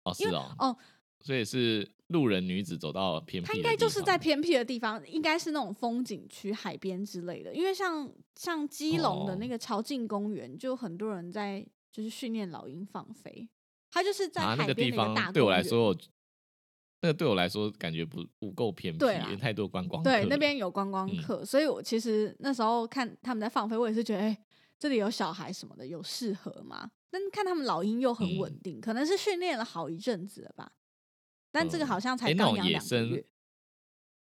S2: 哦，是
S1: 因为
S2: 哦，
S1: 哦，
S2: 所以是路人女子走到偏僻
S1: 它
S2: 的地
S1: 应
S2: 方，啊
S1: 该就是在偏僻的地方，应该是那种风景区、海边之类的。因为像像基隆的那
S2: 哦
S1: 个潮境公园，就很多人在就是训练老鹰放飞，它就是在
S2: 啊那
S1: 海
S2: 个
S1: 边
S2: 地
S1: 的一个大
S2: 方
S1: 公
S2: 对我来
S1: 园
S2: 说，我那个对我来说感觉不不够偏僻，
S1: 对
S2: 因
S1: 啦
S2: 为太多观光客
S1: 对，那
S2: 了
S1: 边有观光
S2: 嗯
S1: 客，所以我其实那时候看他们在放飞，我也是觉得，哎、这里有小孩什么的，有适合吗？但看他们老鹰又很稳
S2: 嗯
S1: 定，可能是训练了好一阵子了吧。但这个
S2: 嗯
S1: 好像才
S2: 诶那
S1: 刚
S2: 种
S1: 养
S2: 野
S1: 两个
S2: 生
S1: 月，，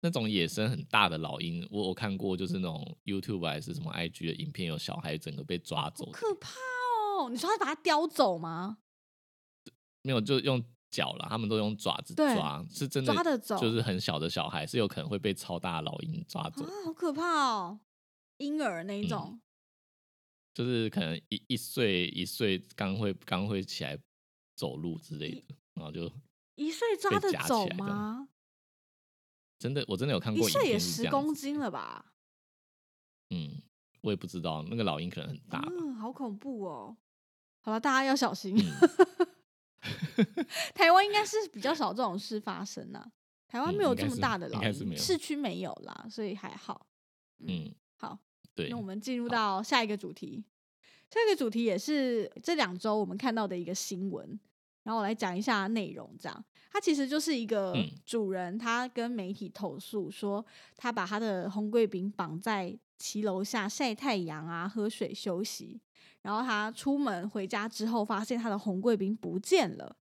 S2: 那种野生很大的老鹰，我我看过，就是那种 YouTube 还是什么 IG 的影片，有小孩整个被抓走
S1: 好
S2: 的，
S1: 可怕哦！你说他把它叼走吗？
S2: 没有就用脚了，他们都用爪子
S1: 对
S2: 抓，是真的
S1: 抓得走，
S2: 就是很小的小孩是有可能会被超大的老鹰抓走，
S1: 啊，好可怕哦！婴儿那一
S2: 嗯
S1: 种，
S2: 就是可能一一岁一岁刚会刚会起来走路之类的，然后就
S1: 一岁抓
S2: 被
S1: 得
S2: 夹起
S1: 走
S2: 来这样
S1: 吗？
S2: 真的我真的有看
S1: 一
S2: 过影
S1: 岁也
S2: 片是这
S1: 十
S2: 样
S1: 公
S2: 子，
S1: 斤了吧？
S2: 嗯，我也不知道那个老鹰可能很大吧，
S1: 嗯，好恐怖哦！好了，大家要小心。
S2: 嗯
S1: [LAUGHS] 台湾应该是比较少这种事发生啦、台湾
S2: 嗯
S1: 没有
S2: 应该
S1: 这么
S2: 是
S1: 大的
S2: 应
S1: 老
S2: 该是没
S1: 鹰，
S2: 有
S1: 市区没有啦，所以还好。
S2: 嗯，
S1: 好，
S2: 对
S1: 那，我们进入到下一个主题。下一个主题也是这两周我们看到的一个新闻，然后我来讲一下内容。这样，它其实就是一个
S2: 嗯
S1: 主人，他跟媒体投诉说，他把他的红贵宾绑在骑楼下晒太阳啊、喝水休息，然后他出门回家之后，发现他的红贵宾不见了，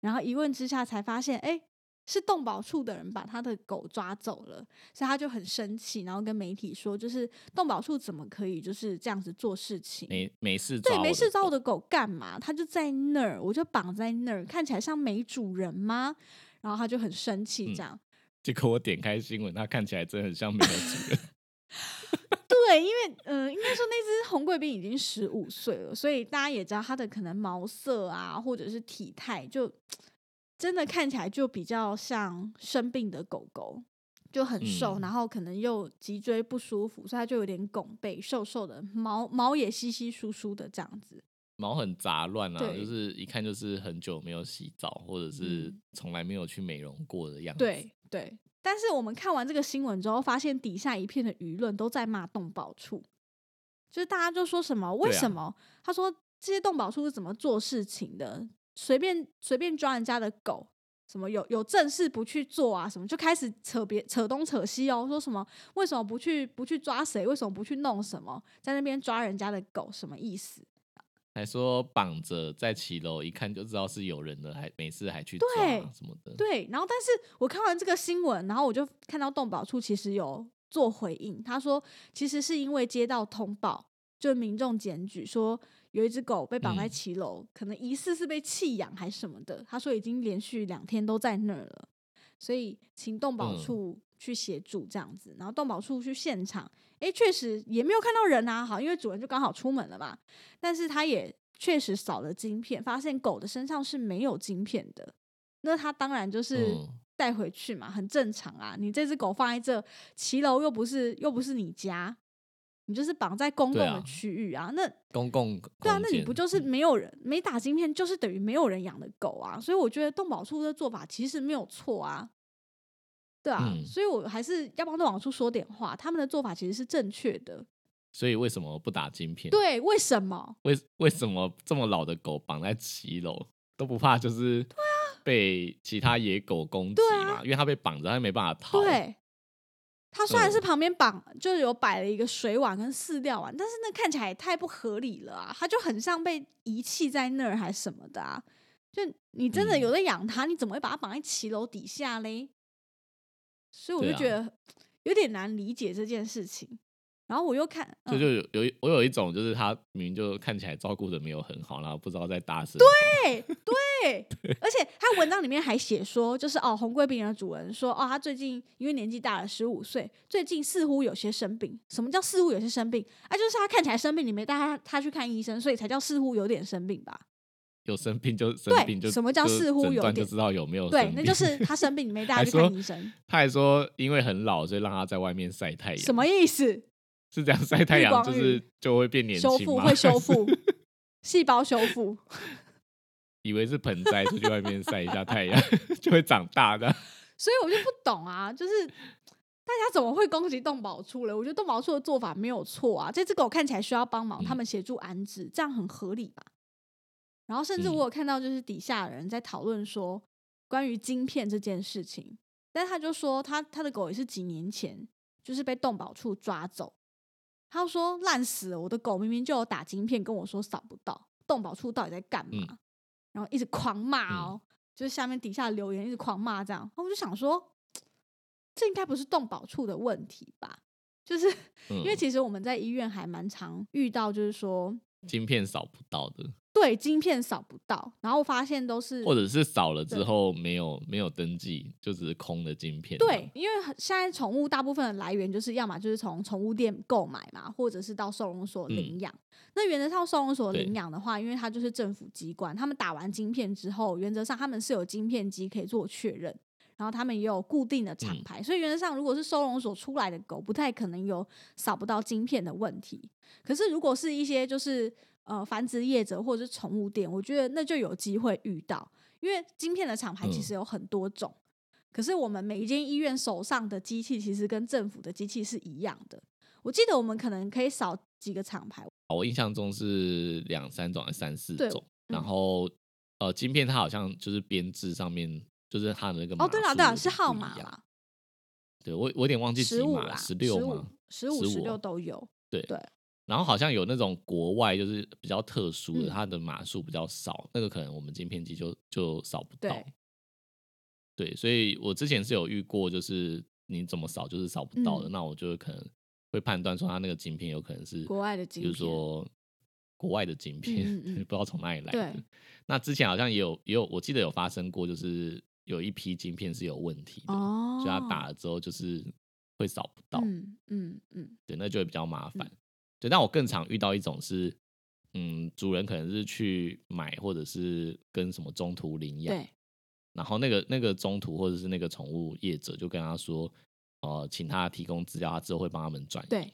S1: 然后一问之下才发现，哎、是动保处的人把他的狗抓走了，所以他就很生气，然后跟媒体说，就是动保处怎么可以就是这样子做事情？
S2: 没没事抓
S1: 对，
S2: 我
S1: 没
S2: 的
S1: 事抓
S2: 狗
S1: 我的狗干嘛？它就在那儿，我就绑在那儿，看起来像没主人吗？然后他就很生气，
S2: 嗯
S1: 这样、
S2: 结果我点开新闻，它看起来真的很像没有主人。
S1: [LAUGHS] 对，因为嗯、呃应该说那只红贵宾已经十五岁了，所以大家也知道它的可能毛色啊，或者是体态，就真的看起来就比较像生病的狗狗，就很瘦，
S2: 嗯
S1: 然后可能又脊椎不舒服，所以它就有点拱背，瘦瘦的，毛毛也稀稀疏疏的这样子。
S2: [LAUGHS] 毛很杂乱啊，
S1: 对
S2: 就是一看就是很久没有洗澡，或者是
S1: 嗯
S2: 从来没有去美容过的样子。
S1: 对对，但是我们看完这个新闻之后，发现底下一片的舆论都在骂动保处，就是大家就说什么为
S2: 对啊
S1: 什么？他说这些动保处是怎么做事情的？随便随便抓人家的狗，什么有有正事不去做啊？什么就开始扯别扯东扯西哦，说什么为什么不去不去抓谁？为什么不去弄什么？在那边抓人家的狗，什么意思？
S2: 还说绑着在骑楼，一看就知道是有人的，还每次还去抓啊
S1: 对
S2: 什么的。
S1: 对，然后但是我看完这个新闻，然后我就看到动保处其实有做回应，他说其实是因为接到通报，就是民众检举说有一只狗被绑在
S2: 嗯
S1: 骑楼，可能疑似是被弃养还是什么的，他说已经连续两天都在那儿了，所以请动保
S2: 嗯
S1: 处去协助这样子，然后动保处去现场，诶，确实也没有看到人啊，好，因为主人就刚好出门了嘛，但是他也确实扫了晶片，发现狗的身上是没有晶片的。那他当然就是
S2: 嗯
S1: 带回去嘛，很正常啊。你这只狗放在这骑楼又不是又不是你家，你就是绑在公共
S2: 对
S1: 的
S2: 啊
S1: 区域啊。那
S2: 公共
S1: 对啊，
S2: 空
S1: 那你
S2: 间嗯
S1: 不就是没有人没打晶片，就是等于没有人养的狗啊？所以我觉得动保处的做法其实没有错啊。对啊，
S2: 嗯
S1: 所以我还是要帮动保处说点话，他们的做法其实是正确的。
S2: 所以为什么不打晶片？
S1: 对，为什么？
S2: 为为什么这么老的狗绑在骑楼都不怕？就是被其他野狗攻击
S1: 对啊
S2: 嘛，因为它被绑着，它没办法逃。
S1: 对，它虽然是
S2: 嗯
S1: 旁边绑、就有摆了一个水碗跟饲料碗，但是那看起来也太不合理了啊！它就很像被遗弃在那儿还是什么的啊！就你真的
S2: 嗯
S1: 有在养它，你怎么会把它绑在骑楼底下嘞？所以我就
S2: 对啊
S1: 觉得有点难理解这件事情。然后我又看，
S2: 这
S1: 嗯
S2: 就有有一我有一种就是它明明就看起来照顾的没有很好，然后不知道在搭什么。对，
S1: 对
S2: [LAUGHS]
S1: 对，而且他文章里面还写说，就是哦，红贵病人的主人说，哦，他最近因为年纪大了，十五岁，最近似乎有些生病。什么叫似乎有些生病？啊，就是他看起来生病，你没带他他去看医生，所以才叫似乎有点生病吧？
S2: 有生病就生
S1: 对
S2: 病就
S1: 什么叫
S2: 就
S1: 似乎
S2: 诊
S1: 有
S2: 断
S1: 点
S2: 就知道有没有
S1: 对
S2: 哦生，
S1: 那
S2: 病
S1: 就
S2: [LAUGHS]
S1: 是他生病，你没带他
S2: 还
S1: 去看
S2: 说哎
S1: 医生，
S2: 他还说因为很老，所以让它在外面晒太阳。
S1: 什么意思？
S2: 是这样晒太
S1: 日
S2: 阳
S1: 光
S2: 就
S1: 浴
S2: 是就会变年轻
S1: 修
S2: 吗？
S1: 复会修
S2: [LAUGHS]
S1: 复，细胞修复。
S2: 以为是盆栽，出去外面晒一下太阳 [LAUGHS] 就会长大的。
S1: 所以我就不懂啊，就是大家怎么会攻击动保处了？我觉得动保处的做法没有错啊，这只狗看起来需要帮忙，
S2: 嗯
S1: 他们协助安置，这样很合理吧？然后甚至
S2: 嗯
S1: 我有看到，就是底下的人在讨论说关于晶片这件事情，但他就说他他的狗也是几年前就是被动保处抓走，他说烂死了，我的狗明明就有打晶片，跟我说扫不到，动保处到底在干嘛？
S2: 嗯
S1: 然后一直狂骂哦，就是下面底下留言一直狂骂这样，然后我就想说，这应该不是动保处的问题吧？就是
S2: 嗯、
S1: 因为其实我们在医院还蛮常遇到，就是说
S2: 晶片扫不到的，
S1: 对晶片扫不到，然后发现都是
S2: 或者是扫了
S1: 对
S2: 之后没有没有登记，就只是空的晶片。
S1: 对，，因为很现在宠物大部分的来源就是要么就是从宠物店购买嘛，或者是到收容所领养。那原则上收容所
S2: 嗯对
S1: 领养的话，因为它就是政府机关，他们打完晶片之后，原则上他们是有晶片机可以做确认，然后他们也有固定的厂
S2: 嗯
S1: 牌，所以原则上如果是收容所出来的狗，不太可能有扫不到晶片的问题。可是如果是一些就是呃繁殖业者或者是宠物店，我觉得那就有机会遇到，因为晶片的厂牌其
S2: 嗯
S1: 实有很多种。可是我们每一间医院手上的机器其实跟政府的机器是一样的。我记得我们可能可以少几个厂牌，
S2: 好我印象中是两三种还是三四
S1: 对
S2: 种，
S1: 嗯
S2: 然后呃，晶片它好像就是编制上面就是它的那个
S1: 哦，对了对
S2: 了，
S1: 了，是号码
S2: 了。
S1: 啦，
S2: 对我我有点忘记几
S1: 十五
S2: 码，
S1: 啦，
S2: 十
S1: 十
S2: 六
S1: 五
S2: 嘛。、
S1: 十五、十六
S2: 15
S1: 都有。
S2: 然后好像有那种国外就是比较特殊
S1: 嗯
S2: 的，它的码数比较少，那个可能我们晶片机就就扫不到
S1: 对。
S2: 对，所以我之前是有遇过，就是你怎么扫就是扫不到的，
S1: 嗯
S2: 那我就可能会判断说它那个晶片有可能是
S1: 国外的晶片
S2: 比如说国外的晶片， [LAUGHS]
S1: 嗯嗯嗯
S2: 不知道从哪里来
S1: 对
S2: 的。那之前好像也有也有，我记得有发生过，就是有一批晶片是有问题的，
S1: 哦，
S2: 所以它打了之后就是会扫不到。
S1: 嗯嗯嗯，
S2: 对，那就会比较麻烦。
S1: 嗯
S2: 对，但我更常遇到一种是，嗯，主人可能是去买，或者是跟什么中途领养，
S1: 对，
S2: 然后那个那个中途或者是那个宠物业者就跟他说，呃，请他提供资料，他之后会帮他们转移。
S1: 对，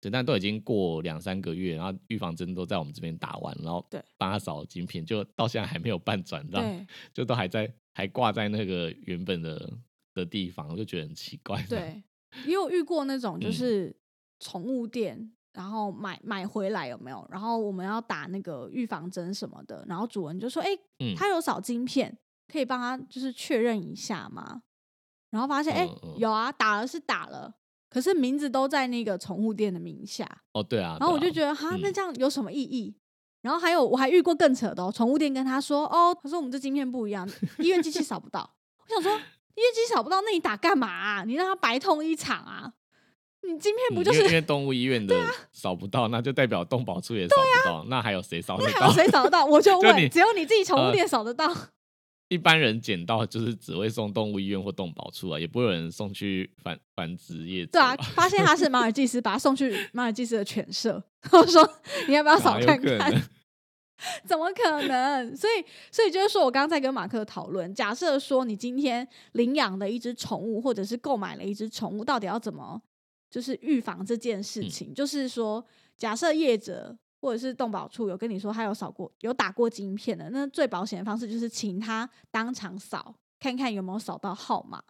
S2: 对，但都已经过两三个月，然后预防针都在我们这边打完，然后
S1: 对
S2: 帮他扫晶 [LAUGHS] 片，就到现在还没有办转让，
S1: 对，
S2: 就都还在还挂在那个原本的的地方，我就觉得很奇怪。，
S1: 对，也有遇过那种就
S2: 嗯
S1: 是宠物店，然后买买回来有没有？然后我们要打那个预防针什么的，然后主人就说：“哎、
S2: 嗯
S1: 它有扫晶片，可以帮它就是确认一下吗？”然后发现哎、
S2: 嗯嗯
S1: 有啊，打了是打了，可是名字都在那个宠物店的名下，
S2: 哦，对啊。
S1: 然后我就
S2: 得，
S1: 觉得哈，那
S2: 嗯
S1: 这样有什么意义？然后还有我还遇过更扯的哦，宠物店跟他说哦，他说我们这晶片不一样，医院机器扫不到。我想说，医院机器扫不到，那你打干嘛啊、你让他白痛一场啊？你晶片
S2: 嗯
S1: 不就
S2: 因为因
S1: 是啊
S2: 为动物医院的扫不到，那就代表动保处也扫不到，那还有谁扫得
S1: 还
S2: 到
S1: 有？谁 [LAUGHS] 扫得到？我就
S2: 就
S1: 问，
S2: 你
S1: 只有你自己宠物
S2: 呃
S1: 店扫得到。
S2: [LAUGHS] 一般人捡到就是只会送动物医院或动保处啊，也不会有人送去繁繁殖业者
S1: 对啊
S2: 吧，，
S1: 发现他是马尔济斯，把他送去马尔济斯的犬舍， [LAUGHS] 然后说你要不要扫
S2: 哪啊有
S1: 看
S2: 可
S1: 看
S2: 能？ [LAUGHS]
S1: [LAUGHS] 怎么可能？所以，所以就是说我刚刚在跟马克讨论，假设说你今天领养了一只宠物，或者是购买了一只宠物，到底要怎么就是预防这件事情？
S2: 嗯
S1: 就是说，假设业者或者是动保处有跟你说他有扫过、有打过晶片的，那最保险的方式就是请他当场扫，看看有没有扫到号码。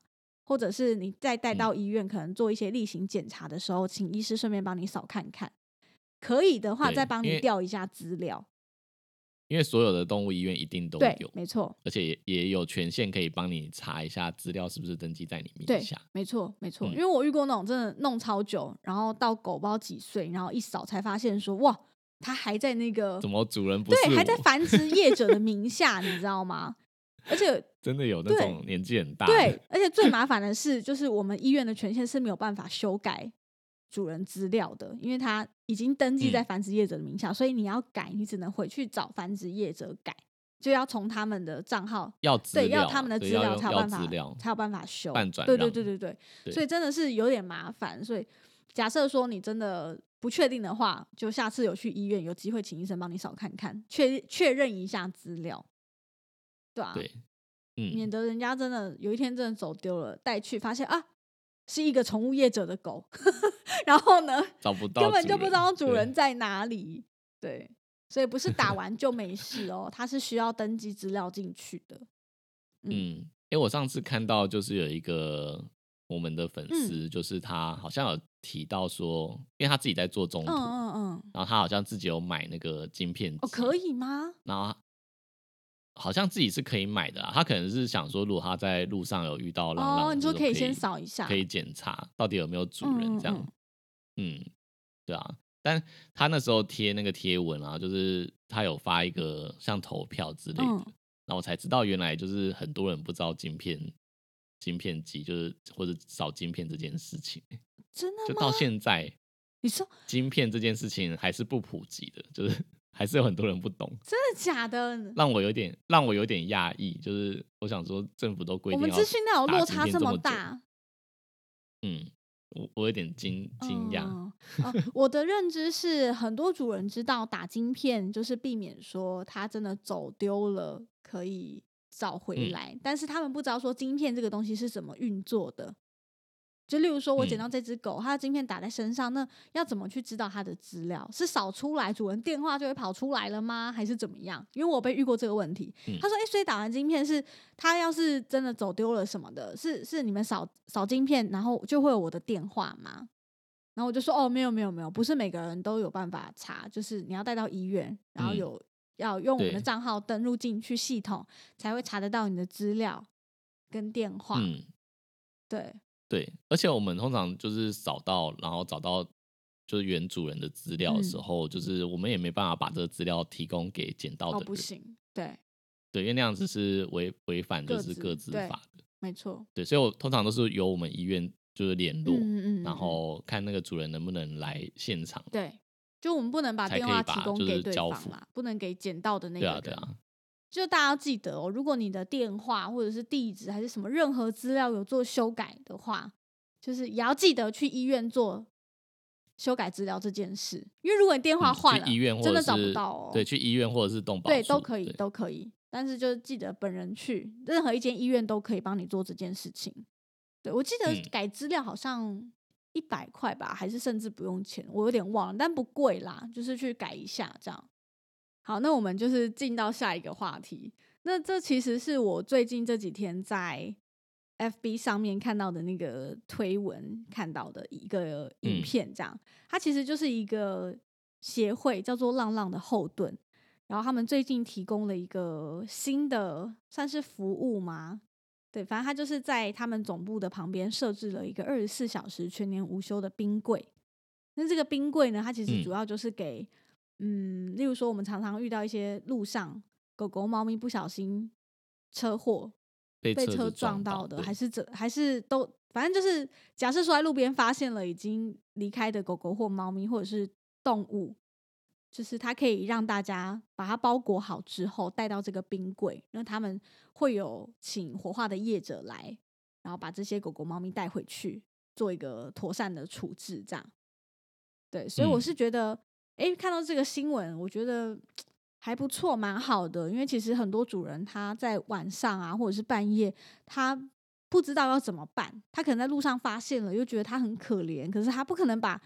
S1: 或者是你再
S2: 嗯
S1: 带到医院，可能做一些例行检查的时候，请医师顺便帮你扫看看，可以的话
S2: 对
S1: 再帮
S2: 因
S1: 你
S2: 为
S1: 调一下资料。
S2: 因为所有的动物医院一定都
S1: 对
S2: 有，，
S1: 没错，
S2: 而且也也有权限可以帮你查一下资料是不是登记在你名
S1: 对
S2: 下。，
S1: 没错，没错。
S2: 嗯
S1: 因为我遇过那种真的弄超久，然后到狗不知道几岁，然后一扫才发现说，哇，它还在那个
S2: 怎么主人不是
S1: 对，还在
S2: 我
S1: 繁殖业者
S2: [LAUGHS]
S1: 的名下，你知道吗？而且
S2: 真的有那
S1: 对
S2: 种年纪很大的
S1: 对，而且最麻烦的是，就是我们医院的权限是没有办法修改主人资料的，因为它已经登记在
S2: 嗯
S1: 繁殖业者的名下，所以你要改，你只能回去找繁殖业者改，就要从他们的账号
S2: 要资
S1: 对，
S2: 料
S1: 要
S2: 啊
S1: 他们的
S2: 对
S1: 资料
S2: 要
S1: 才有
S2: 要
S1: 办法
S2: 资料，
S1: 才有办法修
S2: 办转
S1: 对对
S2: 让
S1: 对对对，
S2: 对
S1: 所以真的是有点麻烦。所以假设说你真的不确定的话，就下次有去医院，有机会请医生帮你扫看看，确确认一下资料，对啊，
S2: 对，嗯
S1: 免，得人家真的有一天真的走丢了，带去发现啊是一个宠物业者的狗， [LAUGHS] 然后呢
S2: 找不到，
S1: 根本就不知道主
S2: 对
S1: 人。在哪里，对。所以不是打完就没事哦，它是需要登记资料进去的。
S2: 嗯，哎、我上次看到就是有一个我们的粉
S1: 嗯
S2: 丝，就是他好像有提到说，因为他自己在做中途，
S1: 嗯嗯嗯，
S2: 然后他好像自己有买那个晶片
S1: 哦，
S2: 机
S1: 可以吗？
S2: 然后他好像自己是可以买的啊，他可能是想说，如果他在路上有遇到浪浪，
S1: 哦，你
S2: 就
S1: 说
S2: 是
S1: 可以先扫一下，
S2: 可以检查到底有没有主人这样。
S1: 嗯
S2: 嗯对啊。但他那时候贴那个贴文啊，就是他有发一个像投票之类的，
S1: 嗯
S2: 然后我才知道原来就是很多人不知道晶片。晶片机就是或者扫晶片这件事情，
S1: 真的
S2: 就
S1: 吗
S2: 到？现在
S1: 你说
S2: 晶片这件事情还是不普及的，就是 [LAUGHS] 还是有很多人不懂。
S1: 真的假的？
S2: 让我有点让我有点讶异，就是我想说政府都规
S1: 我
S2: 定
S1: 们
S2: 要
S1: 资讯量有
S2: 打
S1: 落
S2: 几
S1: 差
S2: 天
S1: 这
S2: 这
S1: 么
S2: 么久
S1: 大，
S2: 嗯，我我有点惊惊讶，
S1: 嗯哦我的认知是，很多主人知道打晶片就是避免说它真的走丢了可以找回
S2: 嗯
S1: 来，但是他们不知道说晶片这个东西是怎么运作的。就例如说，我捡
S2: 嗯
S1: 到这只狗，它的晶片打在身上，那要怎么去知道它的资料？是扫出来，主人电话就会跑出来了吗？还是怎么样？因为我被遇过这个问题，
S2: 嗯
S1: 他说：“哎、所以打完晶片是，他要是真的走丢了什么的，是是你们扫扫晶片，然后就会有我的电话吗？”然后我就说：“哦，没有没有没有，不是每个人都有办法查，就是你要带到医院，然后
S2: 嗯
S1: 有、要用我们的
S2: 对
S1: 账号登录进去系统，才会查得到你的资料跟电话。
S2: 嗯，
S1: 对，
S2: 对，而且我们通常就是扫到，然后找到就是原主人的资料的时
S1: 嗯
S2: 候，就是我们也没办法把这个资料提供给捡到的
S1: 哦，
S2: 人，
S1: 不行，对，
S2: 对，因为那样子是违违反就
S1: 各
S2: 是
S1: 自
S2: 各自
S1: 对
S2: 法的，
S1: 没错。嗯
S2: 对，所以我通常都是由我们医院就是联络，
S1: 嗯嗯嗯，
S2: 然
S1: 嗯
S2: 后看那个主人能不能来现场，
S1: 对，就我们不能把
S2: 才
S1: 电
S2: 可以
S1: 话提
S2: 把
S1: 供
S2: 就
S1: 给
S2: 是
S1: 对
S2: 交
S1: 方
S2: 付
S1: 啦，不能给捡到的那个
S2: 对
S1: 人。
S2: 啊对啊，
S1: 就大家要记得哦，如果你的电话或者是地址还是什么任何资料有做修改的话，就是也要记得去医院做修改资料这件事，因为如果你电话
S2: 嗯
S1: 换了，
S2: 去医院或者
S1: 真的
S2: 是
S1: 找不到哦。
S2: 对，去医院或者是动保
S1: 对
S2: 处
S1: 都可以，
S2: 对
S1: 都可以。但是就是记得本人去，任何一间医院都可以帮你做这件事情。对我记得
S2: 嗯
S1: 改资料好像一百块吧，还是甚至不用钱，我有点忘了，但不贵啦，就是去改一下这样。好，那我们就是进到下一个话题。那这其实是我最近这几天在 FB 上面看到的那个推文看到的一个影
S2: 嗯
S1: 片，这样、它其实就是一个协会叫做“浪浪”的后盾，然后他们最近提供了一个新的算是服务吗？对，反正他就是在他们总部的旁边设置了一个二十四小时全年无休的冰柜。那这个冰柜呢，它其实
S2: 嗯
S1: 主要就是给，嗯例如说我们常常遇到一些路上狗狗、猫咪不小心车祸
S2: 被
S1: 被
S2: 车
S1: 车
S2: 子
S1: 撞
S2: 撞
S1: 到的，
S2: 对
S1: 还是怎还是都，反正就是假设说在路边发现了已经离开的狗狗或猫咪或者是动物，就是它可以让大家把它包裹好之后带到这个冰柜，那他们会有请火化的业者来，然后把这些狗狗、猫咪带回去做一个妥善的处置，这样。对，所以我
S2: 嗯
S1: 是觉得，诶，看到这个新闻，我觉得还不错，蛮好的。因为其实很多主人他在晚上啊，或者是半夜，他不知道要怎么办，他可能在路上发现了，又觉得他很可怜，可是他不可能把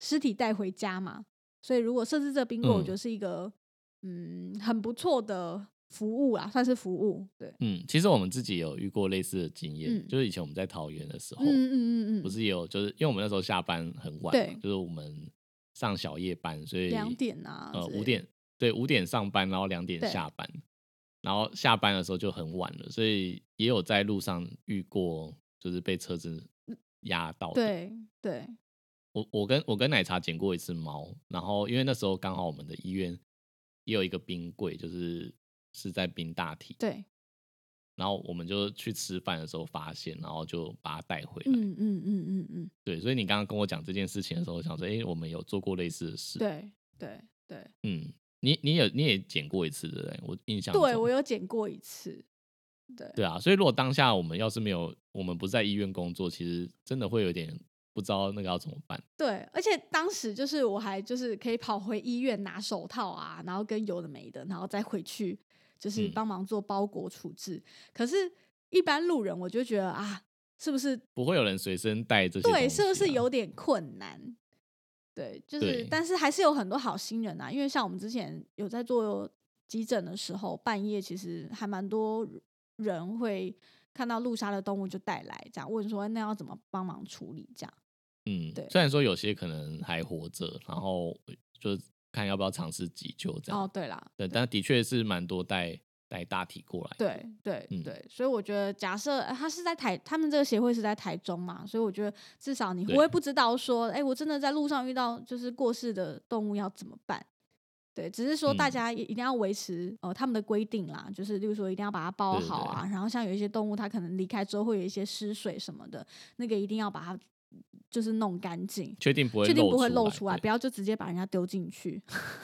S1: 尸体带回家嘛。所以如果设置这冰柜，我
S2: 嗯
S1: 觉得是一个嗯很不错的服务啦，算是服务。对，
S2: 嗯，其实我们自己有遇过类似的经验，
S1: 嗯
S2: 就是以前我们在桃园的时候，
S1: 嗯嗯嗯嗯，
S2: 不是也有，就是因为我们那时候下班很晚嘛
S1: 对，
S2: 就是我们上小夜班，所以
S1: 两点啊，
S2: 呃
S1: 之类
S2: 五
S1: 的，
S2: 点对五点上班，然后两点
S1: 对
S2: 下班，然后下班的时候就很晚了，所以也有在路上遇过，就是被车子压到的。
S1: 对对，
S2: 我我跟我跟奶茶捡过一次猫，然后因为那时候刚好我们的医院也有一个冰柜，就是是在冰大体，
S1: 对，
S2: 然后我们就去吃饭的时候发现，然后就把它带回来。
S1: 嗯嗯嗯嗯嗯，
S2: 对，所以你刚刚跟我讲这件事情的时候，我想说，哎、我们有做过类似的事。，
S1: 对对对，
S2: 嗯，你你有你也剪过一次，对不对？我印象中
S1: 对我有剪过一次，对
S2: 哦对啊，所以如果当下我们要是没有，我们不在医院工作，其实真的会有点不知道那个要怎么办。
S1: 对，而且当时就是我还就是可以跑回医院拿手套啊，然后跟有的没的，然后再回去就是
S2: 嗯
S1: 帮忙做包裹处置。可是，一般路人我就觉得啊，是不是
S2: 不会有人随身带这些、
S1: 对，是不是？有点困难？对，就是，
S2: 对
S1: 但是还是有很多好心人啊，因为像我们之前有在做急诊的时候，半夜其实还蛮多人会看到路杀的动物就带来，这样问说哎那要怎么帮忙处理这样。
S2: 嗯
S1: 对，
S2: 虽然说有些可能还活着，然后就是看要不要尝试急救这样。
S1: 哦，对啦，
S2: 对，但的确是蛮多带带大体过来。，
S1: 对对
S2: 嗯
S1: 对，所以我觉得，假设呃他是在台，他们这个协会是在台中嘛，所以我觉得至少你不
S2: 对
S1: 会不知道说，哎，我真的在路上遇到就是过世的动物要怎么办？对，只是说大
S2: 嗯
S1: 家也一定要维持呃他们的规定啦，就是例如说一定要把它包
S2: 对
S1: 好啊，然后像有一些动物它可能离开之后会有一些湿水什么的，那个一定要把它就是弄干净，
S2: 确定不会
S1: 确定不会
S2: 露
S1: 露出来，
S2: 对
S1: 不要就直接把人家丢进去， [LAUGHS]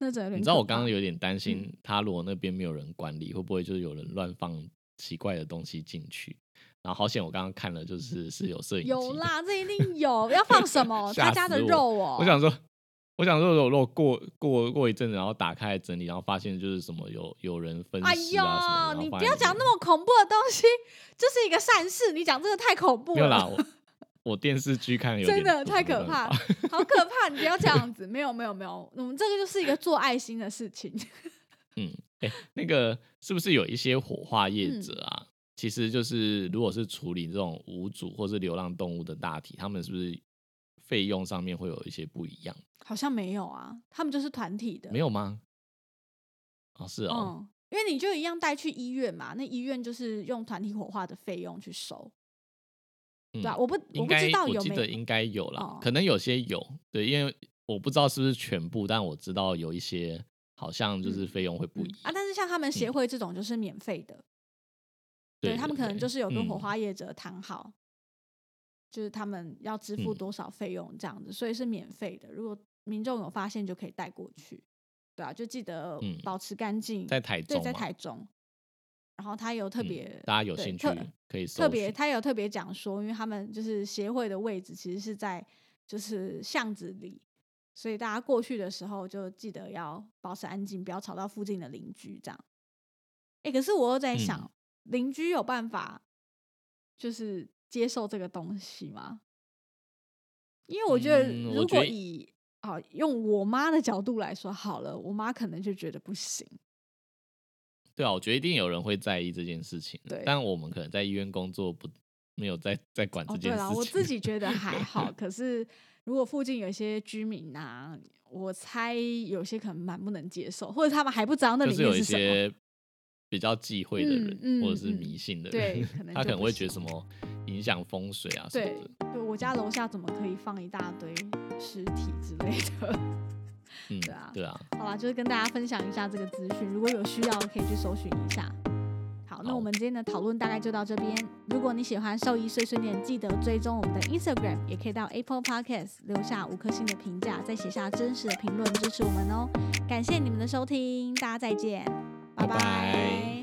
S1: 那真的有点
S2: 你知道
S1: 可
S2: 我刚
S1: 怕嗯
S2: 刚有点担心，他如果那边没有人管理，会不会就是有人乱放奇怪的东西进去？然后好险，我刚刚看了，就是是有摄影机的
S1: 有，啦，这一定有，要放什么
S2: [LAUGHS] 吓
S1: 他家的
S2: 死我
S1: 肉哦、
S2: 我想说，我想说，如果过过过一阵子，然后打开来整理，然后发现就是什么有有人分
S1: 哎
S2: 尸啊什么的然
S1: 呦，
S2: 后
S1: 你
S2: 放
S1: 不
S2: 在
S1: 要
S2: 里面
S1: 讲那么恐怖的东西，这是一个善事。你讲这个太恐怖
S2: 没
S1: [LAUGHS]
S2: 有啦，
S1: 了，
S2: 我我电视剧看有
S1: 真
S2: 点
S1: 的
S2: 多
S1: 太
S2: 没
S1: 可
S2: 办
S1: 怕，
S2: 法
S1: 好可怕！你不要这样子，没有没有没有，我们这个就是一个做爱心的事情。 [LAUGHS]
S2: 嗯，哎、那个是不是有一些火化业
S1: 嗯
S2: 者啊？其实就是如果是处理这种无主或是流浪动物的大体，他们是不是费用上面会有一些不一样？
S1: 好像没有啊，他们就是团体的，
S2: 没有吗？哦，是哦，
S1: 嗯，因为你就一样带去医院嘛，那医院就是用团体火化的费用去收，对
S2: 嗯
S1: 吧、我不我
S2: 应
S1: 不
S2: 该
S1: 知道有
S2: 记
S1: 没
S2: 得
S1: 有，
S2: 应该有啦，
S1: 哦
S2: 可能有些有，对，因为我不知道是不是全部，但我知道有一些好像就是费用会不一
S1: 嗯
S2: 样、
S1: 啊，但是像他们协会这种就是免费的，对他们可能就是有跟火
S2: 嗯
S1: 化业者谈好，就是他们要支付
S2: 嗯
S1: 多少费用这样子，所以是免费的。如果民众有发现，就可以带过去，对啊，就记得
S2: 嗯
S1: 保持干净。
S2: 在台中
S1: 对，
S2: 嘛，
S1: 在台中，然后他有特
S2: 嗯
S1: 别、
S2: 大家有
S1: 对
S2: 兴趣
S1: 特
S2: 可以搜
S1: 特别，
S2: 寻
S1: 他有特别讲说，因为他们就是协会的位置其实是在就是巷子里，所以大家过去的时候就记得要保持安静，不要吵到附近的邻居这样。哎、可是我又在
S2: 嗯
S1: 想，邻、居有办法就是接受这个东西吗？因为我觉得，
S2: 嗯我
S1: 如
S2: 觉
S1: 果
S2: 得
S1: 以啊、用我妈的角度来说，好了，我妈可能就觉得不行。
S2: 对啊，我觉得一定有人会在意这件事情的
S1: 对，
S2: 但我们可能在医院工作不没有在在管这
S1: 哦，对
S2: 件事情。
S1: 啦，我自己觉得
S2: [LAUGHS]
S1: 还好，可是如果附近有一些居民啊，我猜有些可能蛮不能接受，或者他们还不知道那
S2: 就
S1: 里
S2: 是有
S1: 面
S2: 一
S1: 什么。
S2: 些比较忌讳的人，
S1: 嗯嗯
S2: 或者是
S1: 嗯
S2: 迷信的
S1: 对
S2: 人，
S1: 可能
S2: 他
S1: 就
S2: 可能
S1: 不
S2: 会
S1: 行
S2: 觉得什么影响风水啊什
S1: 对
S2: 么的。，
S1: 就我家楼下怎么可以放一大堆尸体之类的？
S2: 嗯，
S1: 对啊
S2: 对啊，
S1: 好啦，就是跟大家分享一下这个资讯，如果有需要可以去搜寻一下。好，那
S2: 好
S1: 我们今天的讨论大概就到这边。如果你喜欢兽医碎碎念，记得追踪我们的 Instagram，也可以到 Apple Podcast 留下五颗星的评价，再写下真实的评论支持我们哦。感谢你们的收听，大家再见，拜
S2: 拜拜